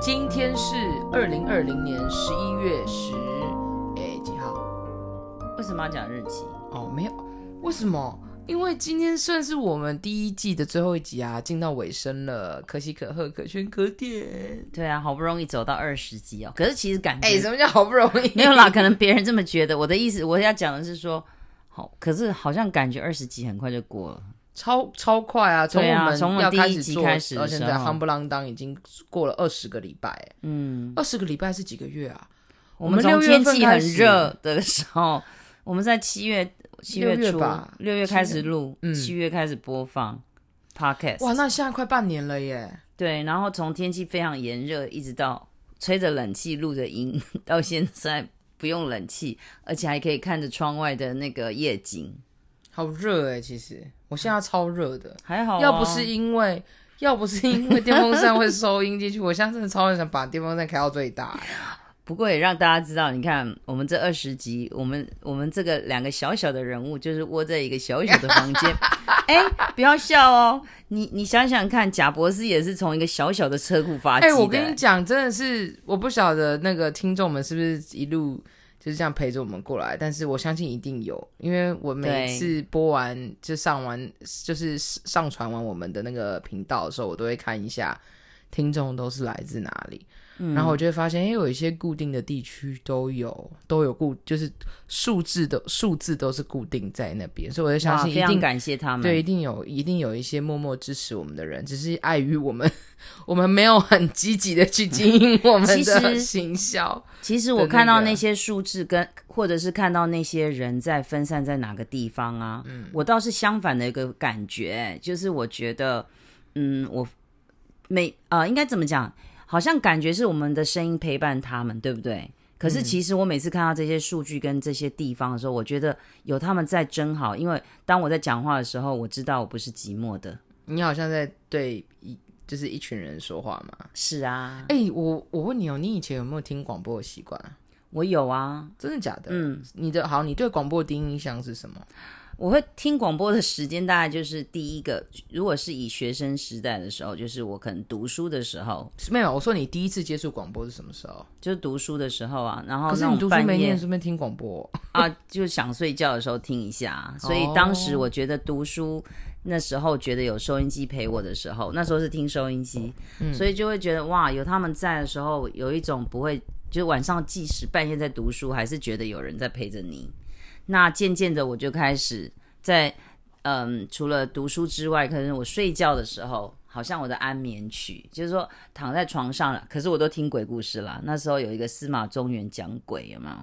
今天是二零二零年十一月十，哎几号？为什么要讲日期？哦，没有，为什么？因为今天算是我们第一季的最后一集啊，进到尾声了，可喜可贺，可圈可点。对啊，好不容易走到二十集哦，可是其实感觉、哎、什么叫好不容易？没有啦，可能别人这么觉得。我的意思，我要讲的是说，好，可是好像感觉二十集很快就过了。超超快啊！从对啊我从我们们要第开一始集做开始到的现时在，候夯不啷当已经过了二十个礼拜，哎嗯，二十个礼拜是几个月啊？我们们从六月天份气开很始热的时候， 我们在七月七六月初吧六月开始录嗯，七月开始播放 podcast。哇，那现在快半年了耶！对，然后从天气非常炎热，一直到吹着冷气录着音， 到现在不用冷气，而且还可以看着窗外的那个夜景，好热哎，其实我现在超热的，还好、啊要不是。因为。要不是因为电风扇会收音进去，我现在真的超想把电风扇开到最大哎。不过也让大家知道，你看我们这二十集，我们我们这个两个小小的人物，就是窝在一个小小的 房间。哎，不要笑哦，你你想想看，贾博士也是从一个小小的车库发迹哎、的。欸我跟你讲，真的是我不晓得那个听众们是不是一路就是这样陪着我们过来，但是我相信一定有，因为我每对次播完就上完，就是上传完我们的那个频道的时候，我都会看一下听众都是来自哪里，嗯然后我就会发现，哎、有一些固定的地区都有都有固，就是数字的数字都是固定在那边，所以我就相哇信非一常定感谢他们。对，一定有，一定有一些默默支持我们的人，只是碍于我们， 我们没有很积极的去经营我们其的实行销。其实的我那看到个那些数字跟，或者是看到那些人在分散在哪个地方啊，嗯我倒是相反的一个感觉，就是我觉得，嗯，我每呃应该怎么讲，好像感觉是我们的声音陪伴他们，对不对？可嗯是其实我每次看到这些数据跟这些地方的时候，我觉得有他们在真好，因为当我在讲话的时候，我知道我不是寂寞的。你好像在对一就是一群人说话嘛？是啊，哎、我我问你哦，你以前有没有听广播的习惯啊？我有啊，真的假的？嗯，你的好，你对广播的第一印象是什么？我会听广播的时间大概就是第一个，如果是以学生时代的时候，就是我可能读书的时候，没有，我说你第一次接触广播是什么时候？就是读书的时候啊，然后可是那你种读书半没夜念，顺便听广播哦、 啊，就想睡觉的时候听一下啊。所以当时我觉得读书那时候觉得有收音机陪我的时候，那时候是听收音机，所以就会觉得哇，有他们在的时候，有一种不会就是晚上即使半夜在读书，还是觉得有人在陪着你。那渐渐的我就开始在嗯，除了读书之外，可能我睡觉的时候。好像我的安眠曲，就是说躺在床上了，可是我都听鬼故事啦。那时候有一个司马中原讲鬼，有没有？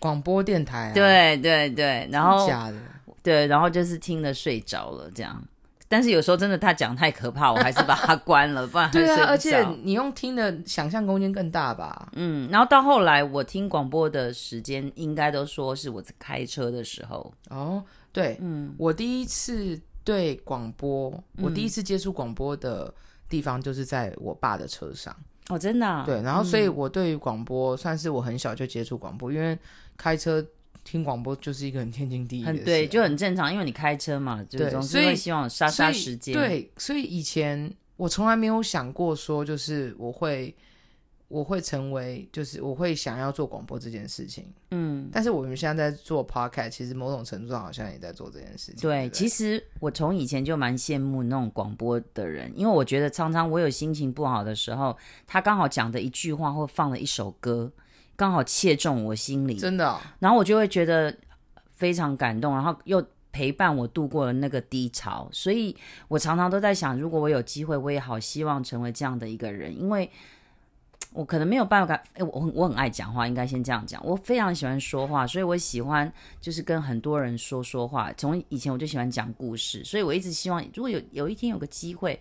广播电台、啊，，对对对，然后假的。对，然后就是听了睡着了这样。但是有时候真的他讲太可怕，我还是把它 关了，不然还对睡不啊，着。而且你用听的想象空间更大吧？嗯，然后到后来我听广播的时间，应该都说是我开车的时候。哦，对，嗯，我第一次对广播，我第一次接触广播的地方就是在我爸的车上。哦，真的、啊。对，然后所以我对于广播算是我很小就接触广播，因为开车听广播就是一个很天经地义的很事。啊对，就很正常，因为你开车嘛，就对是总是所以会希望有杀所杀以时间。，对，所以以前我从来没有想过说，就是我会。我会成为，就是我会想要做广播这件事情，嗯，但是我们现在在做 podcast，其实某种程度上好像也在做这件事情。对，不其实我从以前就蛮羡慕那种广播的人，因为我觉得常常我有心情不好的时候，他刚好讲的一句话或放了一首歌，刚好切中我心里，真的哦、然后我就会觉得非常感动，然后又陪伴我度过了那个低潮，所以我常常都在想，如果我有机会，我也好希望成为这样的一个人，因为。我可能没有办法，哎、我很我很爱讲话，应该先这样讲。我非常喜欢说话，所以我喜欢就是跟很多人说说话。从以前我就喜欢讲故事，所以我一直希望，如果有有一天有个机会，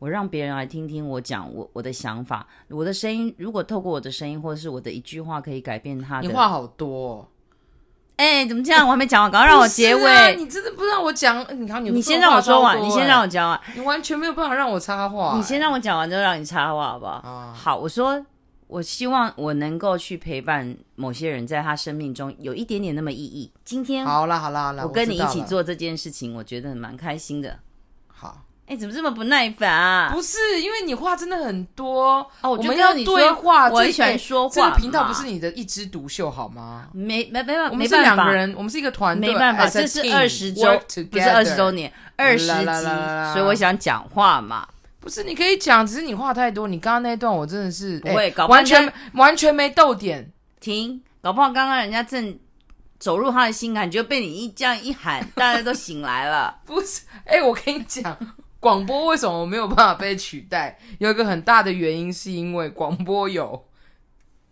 我让别人来听听我讲我我的想法，我的声音，如果透过我的声音或者是我的一句话可以改变他的，你话好多、哦。哎、怎么这样？我还没讲完，赶快让我结不是啊尾。你真的不让我讲，你看你，你先让我说完，你先让我，我讲完，你完全没有办法让我插话、你先让我讲完，就让你插话，好不好？啊，好，我说，我希望我能够去陪伴某些人，在他生命中有一点点那么意义。今天好啦好啦好啦，我跟你知一道起了，做这件事情，我觉得蛮开心的。好，哎，怎么这么不耐烦啊？不是因为你话真的很多，哦，我我就们知道要你对说话。我这很喜欢哎说这个话嘛。频道不是你的一枝独秀好吗？没没没我办们没是两办法个，人，我们是一个团队，没办法， as a 这是 team, 二十周 work，不是二十 together 周，年，二十啦啦集啦啦，啦所以我想讲话嘛。不是你可以讲，只是你话太多。你刚刚那一段我真的是不会哎搞半完天全完全没逗点，停，搞不好刚刚人家正走入他的心坎，就被你一这样一喊，大家都醒来了。 不是，哎、我跟你讲，广播为什么没有办法被取代？有一个很大的原因，是因为广播有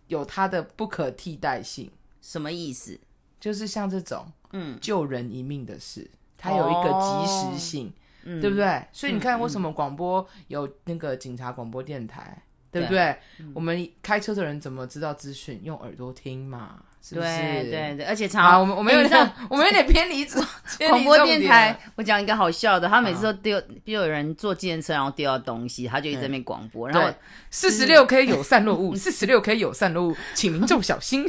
有它的不可替代性，什么意思？就是像这种嗯，救人一命的事，它有一个及时性，嗯对不？对？所以你看，为什嗯么广播有那个警察广播电台，对不对对？我们开车的人怎么知道资讯？用耳朵听嘛，是不是？对对对，而且常啊，常我们我们有你知道点我们有点偏离主偏离 广播重电点台了，我讲一个好笑的，他每次都丢，比如有人坐计程车然后丢到东西，他就一直在那边广播，然后对，四十嗯六 K 有散落 物，四十六 K 有散落物，请民众小心。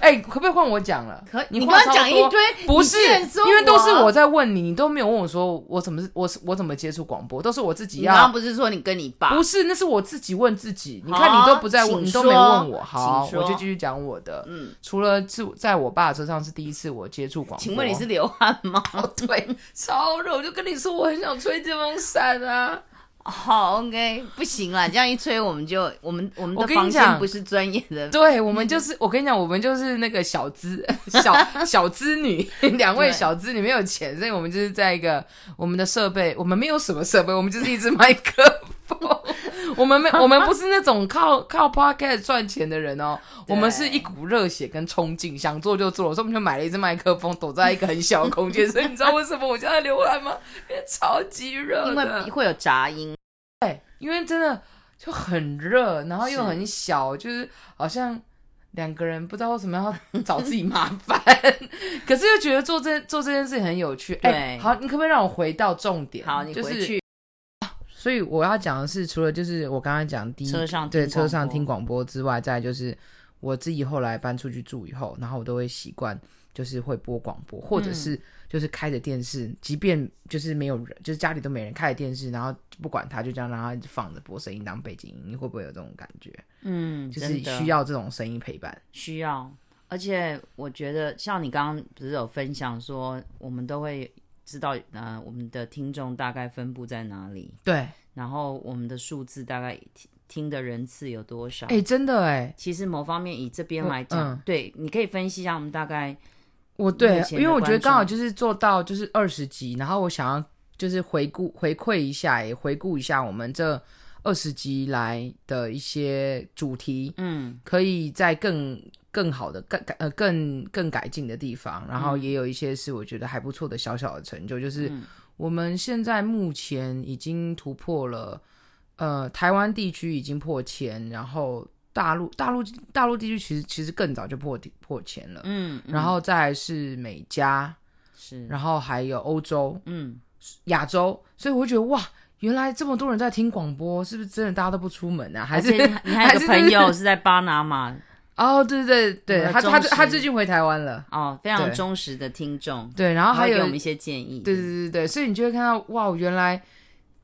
哎、可不可以换我讲了？可你你话刚刚超讲一多堆不你是，竟然说因为都是我啊我在问你，你都没有问我说我怎么是我是我怎么接触广播，都是我自己你刚刚要。不是说你跟你爸啊不是，那是我自己问自己。你好啊看，你都不在问，请你都没问我。说好，请我说就继续讲我的。嗯，除了是在我爸车上是第一次我接触广播，请问 你是流汗吗？ 哦，对，超热，我就跟你说我很想吹电风扇啊。好，OK，不行啦，这样一吹我们就我们我们我的跟你房讲间不是专业 的，对，我们就是我跟你讲，我们就是那个小 资小小资女，两位对小资女没有钱，所以我们就是在一个我们的设备，我们没有什么设备，我们就是一支麦克 风。我们没，我们不是那种靠靠 podcast 赚钱的人哦，我们是一股热血跟冲劲，想做就做，所以我们就买了一支麦克风，躲在一个很小的空间。所以你知道为什么我现在流汗吗？因为超级热的，因为会有杂音。对，因为真的就很热，然后又是很小，就是好像两个人不知道为什么要找自己麻烦，可是又觉得做这 做这件事情很有趣。哎、对好，你可不可以让我回到重点？好，你就是回去。所以我要讲的是，除了就是我刚刚讲第一车上对听广车上播听广播之外，再来就是我自己后来搬出去住以后，然后我都会习惯就是会播广播，或嗯者是就是开着电视，即便就是没有人，就是家里都没人，开着电视，然后不管它，就这样让它一直放着播声音当背景音，你会不会有这种感觉？嗯，就是真的需要这种声音陪伴。需要，而且我觉得像你刚刚不是有分享说，我们都会知道，呃，我们的听众大概分布在哪里，对，哎、然后我们的数字大概听听的人次有多少。真的哎、其实某方面以这边我来讲，嗯对，你可以分析一下我们大概我对目，前因的为我觉得观众刚好就是做到就是二十集，然后我想要就是回顾回馈一下，也回顾一下我们这二十集来的一些主题，嗯可以在更更好的更改呃更更改进的地方，然后嗯也有一些是我觉得还不错的小小的成就，就是嗯我们现在目前已经突破了，呃，台湾地区已经破千，然后大陆大陆大陆地区其实其实更早就破破千了。嗯，然后再来是美加，嗯是然后还有欧洲、嗯亚洲，所以我会觉得哇，原来这么多人在听广播，是不是真的大家都不出门啊？还是而 且你你还有还是个朋友是在巴 拿马哦，对对对我对，们他忠他他实最近回台湾了，哦，非对常忠实的听众，对，然后然还给有我们一些建议，对对对对，所以你就会看到哇，原来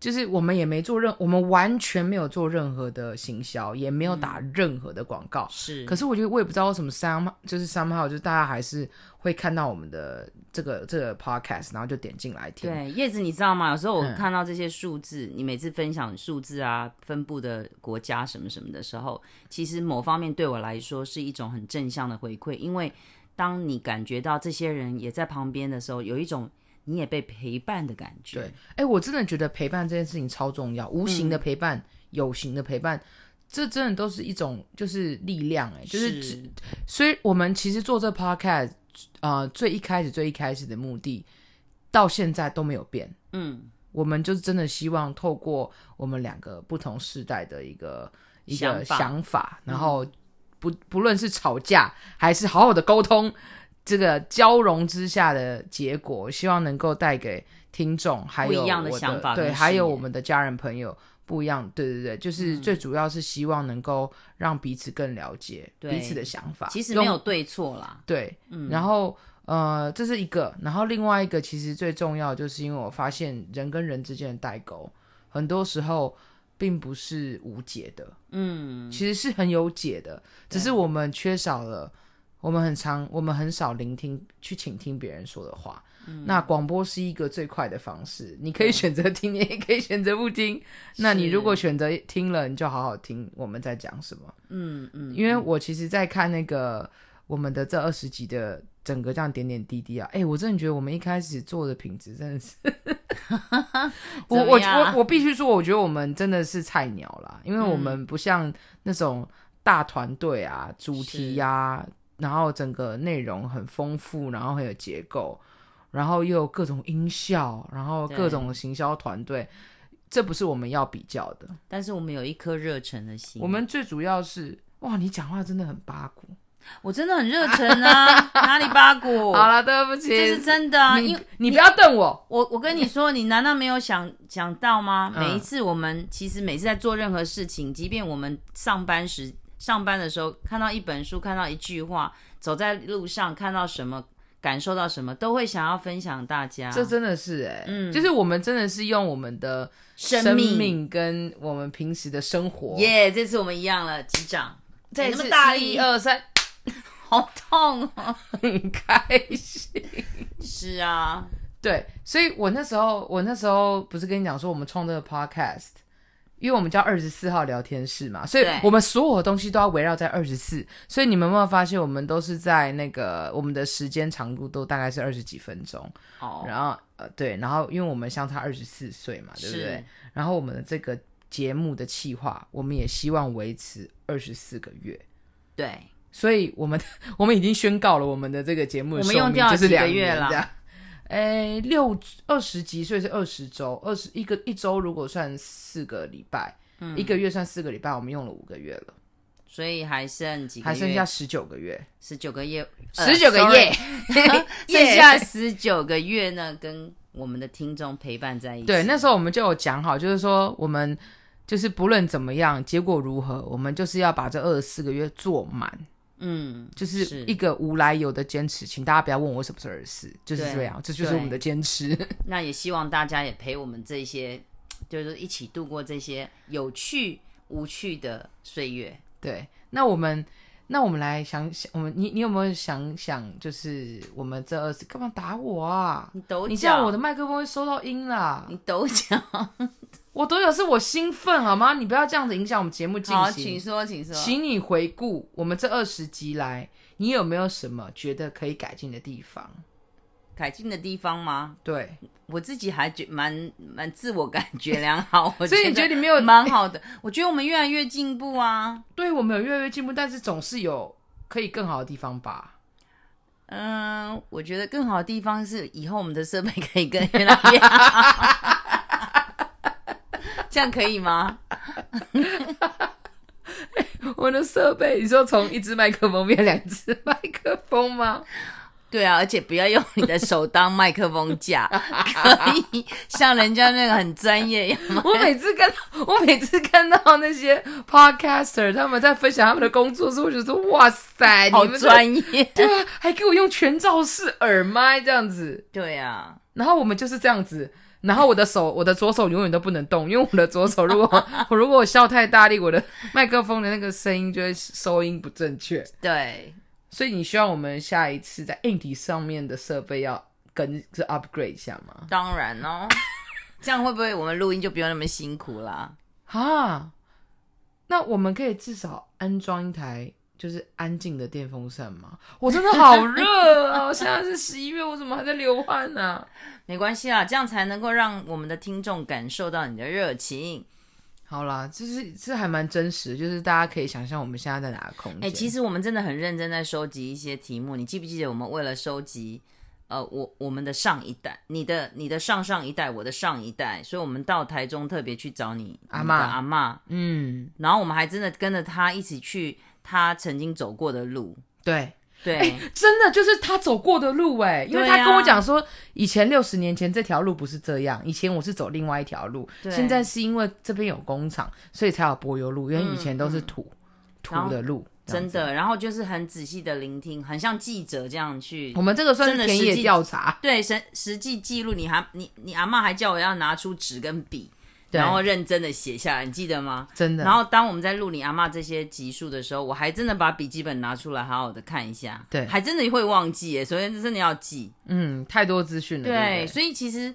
就是我们也没做任，我们完全没有做任何的行销，也没有打任何的广告，嗯是，可是我觉得我也不知道为什么 some 就是 somehow 就是大家还是会看到我们的这个这个 podcast，然后就点进来听。对，叶子，你知道吗？有时候我嗯看到这些数字，你每次分享数字啊、分布的国家什么什么的时候，其实某方面对我来说是一种很正向的回馈，因为当你感觉到这些人也在旁边的时候，有一种你也被陪伴的感觉。对，哎、我真的觉得陪伴这件事情超重要，无嗯形的陪伴、有形的陪伴，这真的都是一种就是力量、哎，就是只所以我们其实做这 podcast，呃，最一开始最一开始的目的，到现在都没有变。嗯，我们就是真的希望透过我们两个不同世代的一个一个想法嗯想法，然后不不论是吵架还是好好的沟通，这个交融之下的结果，希望能够带给听众还有不一样的我的想法跟对，视野还有我们的家人朋友。不一样，对对对，就是最主要是希望能够让彼此更了解对彼此的想法，其实用没有对错啦。对，嗯然后呃，这是一个，然后另外一个其实最重要，就是因为我发现人跟人之间的代沟，很多时候并不是无解的，嗯，其实是很有解的，只是我们缺少了，我们很常，我们很少聆听，去倾听别人说的话。那广播是一个最快的方式，你可以选择听，你也可以选择不听。那你如果选择听了，你就好好听我们在讲什么。嗯嗯，，因为我其实，在看那个我们的这二十集的整个这样点点滴滴啊，哎、我真的觉得我们一开始做的品质真的是我 怎我么样嗯我我必须说，我觉得我们真的是菜鸟啦，因为我们不像那种大团队啊，主题呀、然后整个内容很丰富，然后很有结构，然后又有各种音效，然后对各种行销团队，这不是我们要比较的。但是我们有一颗热忱的心，我们最主要是，哇，你讲话真的很八股。我真的很热忱 啊，哪里八股？好了，对不起，这是真的啊，因你为你不要瞪我。我我跟你说，你难道没有想想到吗？嗯每一次我们其实每次在做任何事情，即便我们上班时上班的时候看到一本书，看到一句话，走在路上看到什么，感受到什么，都会想要分享大家。这真的是哎、啊嗯就是我们真的是用我们的生命命跟我们平时的生活，耶这次我们一样了，击掌，哎再一那次么大一力，二三， 好痛哦。 很开心。是啊，对，所以我那时候，我那时候不是跟你讲说我们创这个 podcast，因为我们叫二十四号聊天室嘛，所以对我们所有的东西都要围绕在二十四。所以你们有没有发现，我们都是在那个我们的时间长度都大概是二十几分钟，哦，然后呃对，然后因为我们相差二十四岁嘛，对不对是？然后我们的这个节目的企划，我们也希望维持二十四个月。对，所以我们 我们已经宣告了我们的这个节目的我们寿用命掉就是几个两月年啦这样。 诶，六二十集，所以是二十周，二十一个一周，如果算四个礼拜，嗯一个月算四个礼拜，我们用了五个月了，所以还剩几个还月？剩下十九个月，十九个月，十九、个月。月 剩 下十九个月呢，跟我们的听众陪伴在一起。对，那时候我们就有讲好，就是说我们就是不论怎么样，结果如何，我们就是要把这二十四个月做满，嗯，就是一个无来由的坚持，请大家不要问我什么是二十四，就是这样，这就是我们的坚持。 那也希望大家也陪我们这些，就是一起度过这些有趣无趣的岁月。对，那我们那我们来想想，我们你你有没有想想，就是我们这二十干嘛打我啊？你抖你这样脚，我的麦克风会收到音啦你！抖脚，我都有是我兴奋好吗？你不要这样子影响我们节目进好，行请。说，请说。请你回顾我们这二十集来，你有没有什么觉得可以改进的地方？改进的地方吗？对，我自己还觉蛮蛮自我感觉良好，我所以你觉得你没有蛮好的？我觉得我们越来越进步啊。对我们有越来越进步，但是总是有可以更好的地方吧？嗯，我觉得更好的地方是以后我们的设备可以跟原来一样， 这样可以吗？ 我的设备，你说从一只麦克风变两只麦克风 吗？对啊，而且不要用你的手当麦克风架，可以像人家那个很专业一样吗？我每次看到，我每次看到那些 podcaster 他们在分享他们的工作时，候，我就说哇塞，好你们这专业。对啊，还给我用全罩式耳麦这样子，对啊，然后我们就是这样子。然后我的手，我 的左手永远都不能动，因为我的左手如果 我如果我笑太大力，我的麦克风的那个声音就会收音不正确。对，所以你希望我们下一次在硬体上面的设备要跟就是 upgrade 一下吗？当然哦。这样会不会我们录音就不用那么辛苦啦？啊，那我们可以至少安装一台就是安静的电风扇吗？我真的好热啊！ 现在是十一月，我怎么还在流汗啊呢、没关系啦，这样才能够让我们的听众感受到你的热情。好啦，就是这还蛮真实的，就是大家可以想象我们现在在哪个空间。哎、其实我们真的很认真在收集一些题目。你记不记得我们为了收集，呃，我我们的上一代，你的你的上上一代，我的上一代，所以我们到台中特别去找你阿你的嬷阿妈，嗯，然后我们还真的跟着他一起去他曾经走过的路。对，哎对、真的就是他走过的路哎、因为嗯对啊他跟我讲说，以前六十年前这条路不是这样，以前我是走另外一条路，对现在是因为这边有工厂，所以才有柏油路，因为以前都是土、土的路。这样真子的。嗯然后就是很仔细的聆听，很像记者这样去我。们这个算真是的田实野际调查，对，实实际记录，你还你你阿嬷还叫我要拿出纸跟笔，对然后认真的写下来，你记得吗？真的。然后当我们在录你阿嬷这些集数的时候，我还真的把笔记本拿出来好好的看一下，对还真的会忘记耶，所以真的要记。嗯，太多资讯了，对不对所以其实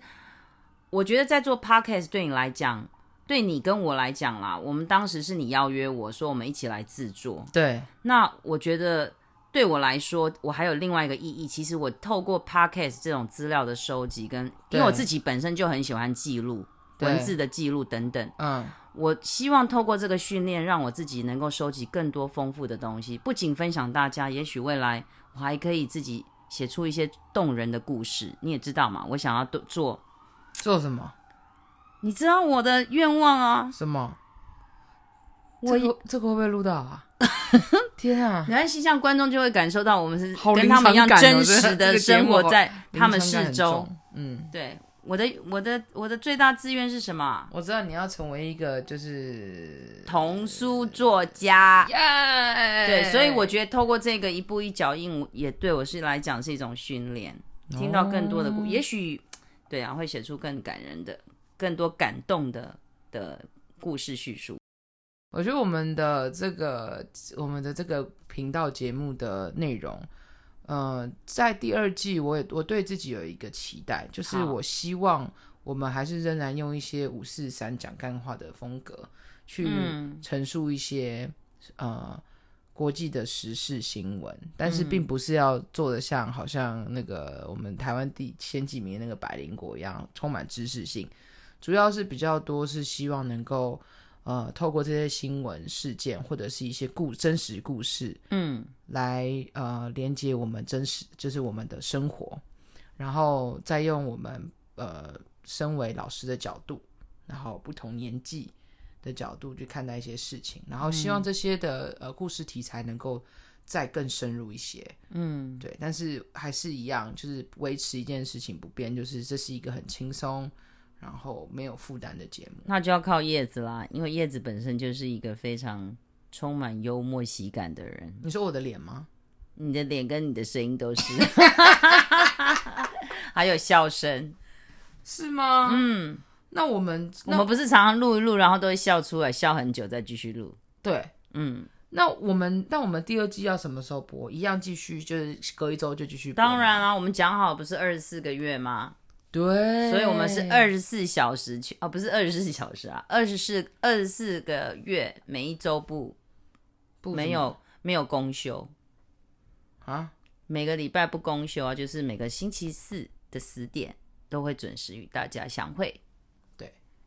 我觉得在做 podcast 对你来讲，对你跟我来讲啦，我们当时是你邀约我说我们一起来制作，对，那我觉得对我来说，我还有另外一个意义。其实我透过 podcast 这种资料的收集跟，因对为我自己本身就很喜欢记录对文字的记录等等，嗯，我希望透过这个训练，让我自己能够收集更多丰富的东西，不仅分享大家，也许未来我还可以自己写出一些动人的故事。你也知道嘛，我想要多做，做什么？你知道我的愿望啊，什么？我这个这个会不会录到 啊？天啊！没关系，像观众就会感受到我们是好跟他们一样临场感哦真实这个这的个节目生活在他们临场感四很周。重，嗯，对，我的我的我的最大志愿是什么啊？我知道你要成为一个就是，童书作家。对，对所以我觉得透过这个一步一脚印，也对我是来讲是一种训练，听到更多的故，也许对啊，会写出更感人的、更多感动的的故事叙述。我觉得我们的这个我们的这个频道节目的内容，呃，在第二季我也我对自己有一个期待，就是好我希望我们还是仍然用一些五四三讲干话的风格去嗯陈述一些、呃国际的时事新闻，但是并不是要做的像好像那个我们台湾第前几名那个百灵国一样充满知识性，主要是比较多是希望能够呃透过这些新闻事件或者是一些故真实故事嗯，来呃连接我们真实就是我们的生活，然后再用我们呃身为老师的角度，然后不同年纪的角度去看待一些事情，然后希望这些的、呃故事题材能够再更深入一些，嗯，对，但是还是一样，就是维持一件事情不变，就是这是一个很轻松，然后没有负担的节目，那就要靠叶子啦，因为叶子本身就是一个非常充满幽默喜感的人。你说我的脸吗？你的脸跟你的声音都 是，还有笑声。是吗？嗯，那我们我们不是常常录一录，然后都会笑出来，笑很久再继续录。对。嗯，那我们那我们第二季要什么时候播？一样继续，就是隔一周就继续播吗。当然啦、啊我们讲好不是二十四个月吗？对，所以我们是二十四小时去，哦，不是二十四小时啊，二十四二十四个月，每一周不不没有没有公休，啊，每个礼拜不公休啊，就是每个星期四的十点都会准时与大家相会。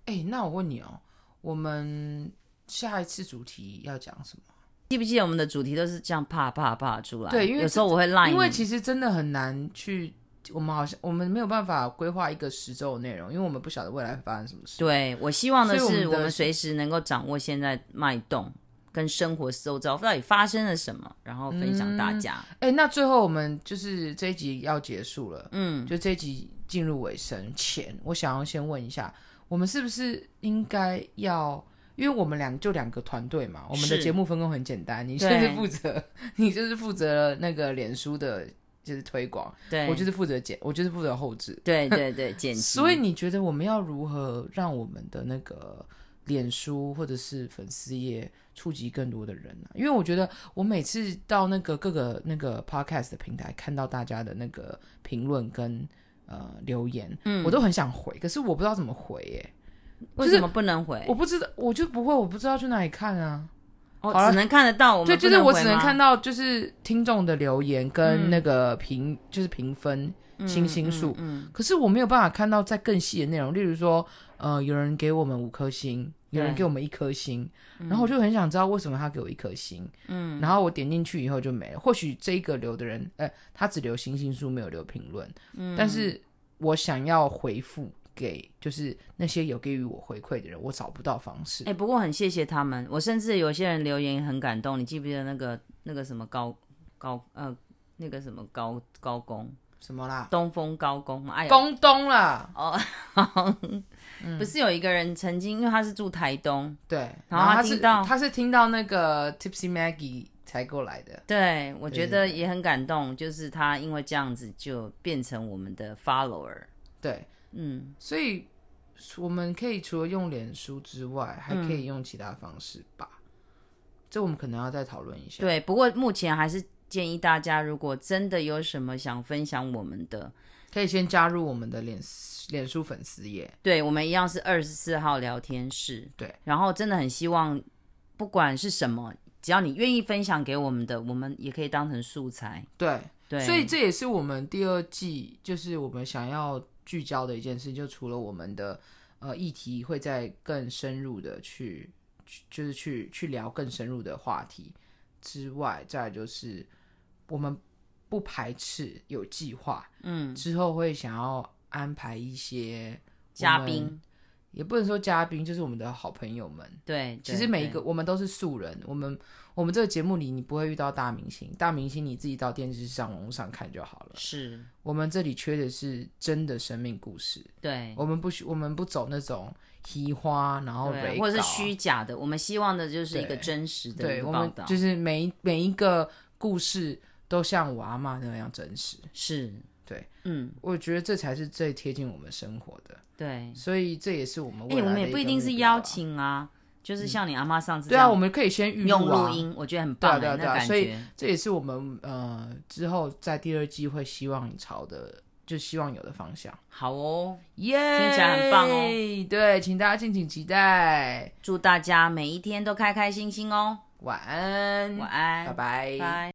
哎、那我问你哦，我们下一次主题要讲什么？记不记得我们的主题都是这样啪啪啪出来？对因为有时候我会 line，因你为其实真的很难去，我们好像我们没有办法规划一个十周的内容，因为我们不晓得未来会发生什么事。对我希望的所以我们是，的我们随时能够掌握现在脉动跟生活周遭到底发生了什么，然后分享大家。哎、那最后我们就是这一集要结束了，嗯，就这一集进入尾声前，我想要先问一下，我们是不是应该要？因为我们两就两个团队嘛，我们的是节目分工很简单，你就对是负责， 你就是负责那个脸书的，就是推广，对，我就是负责剪，我就是负责后置。对对对，剪辑。所以你觉得我们要如何让我们的那个脸书或者是粉丝页触及更多的人呢、因为我觉得我每次到那个各个那个 podcast 的平台看到大家的那个评论跟呃留言，嗯，我都很想回，可是我不知道怎么回耶、为什么不能回？我不知道，我就不会，我不知道去哪里看啊。哦好了只能看得到我对，们，就是我只能看到。到就是听众的留言跟那个评，就是评分嗯星星数、可是我没有办法看到再更细的内容，例如说，呃，有人给我们五颗星，有人对嗯给我们一颗星，然后我就很想知道为什么他给我一颗星，嗯，然后我点进去以后就没了。或许这一个留的人，呃，他只留星星数，没有留评论，嗯但是我想要回复给就是那些有给予我回馈的人，我找不到方式哎、。不过很谢谢他们，我甚至有些人留言也很感动。你记不记得那个那个什么高高呃那个什么高高工什么啦？东风高工嘛？哎呀，宫东啦，哦， 嗯不是有一个人曾经，因为他是住台东，对，然后他是听到他是听到那个 Tipsy Maggie 才过来的。对，我觉对得也很感动，就是他因为这样子就变成我们的 follower。对，嗯，所以我们可以除了用脸书之外，还可嗯以用其他方式吧？这我们可能要再讨论一下。对。不过目前还是建议大家，如果真的有什么想分享我们的，可以先加入我们的脸脸书粉丝页。对我们一样是二十四号聊天室。对，然后真的很希望，不管是什么，只要你愿意分享给我们的，我们也可以当成素材。对，对，所以这也是我们第二季，就是我们想要聚焦的一件事，就除了我们的呃议题会在更深入的去，去就是去去聊更深入的话题之外，再来就是我们不排斥有计划，嗯，之后会想要安排一些嘉我们宾，也不能说嘉宾，就是我们的好朋友们。对，其对实每一对个我们都是素人，我们我们这个节目里你不会遇到大明星，大明星你自己到电视上、网络上看就好了。是我们这里缺的是真的生命故事，对。我们不需我们不走那种奇花，然后对，蕊或者是稿虚假的，我们希望的就是一个对真实的一对，个我报们道，就是每一每一个故事都像我阿妈那样真实。是，对，嗯，我觉得这才是最贴近我们生活的，对，所以这也是我们哎、未来我的们也个不一定目是标啊邀，请啊，就是像你阿妈上次对这啊，样我们可以先预用录啊录音，我觉得很对啊棒、对欸啊那对啊感所以觉这也是我们呃之后在第二季会希望朝的，就希望有的方向。好哦。耶、起来很棒哦。对，请大家敬请期待。祝大家每一天都开开心心哦，晚安，晚嗯安，拜拜，拜。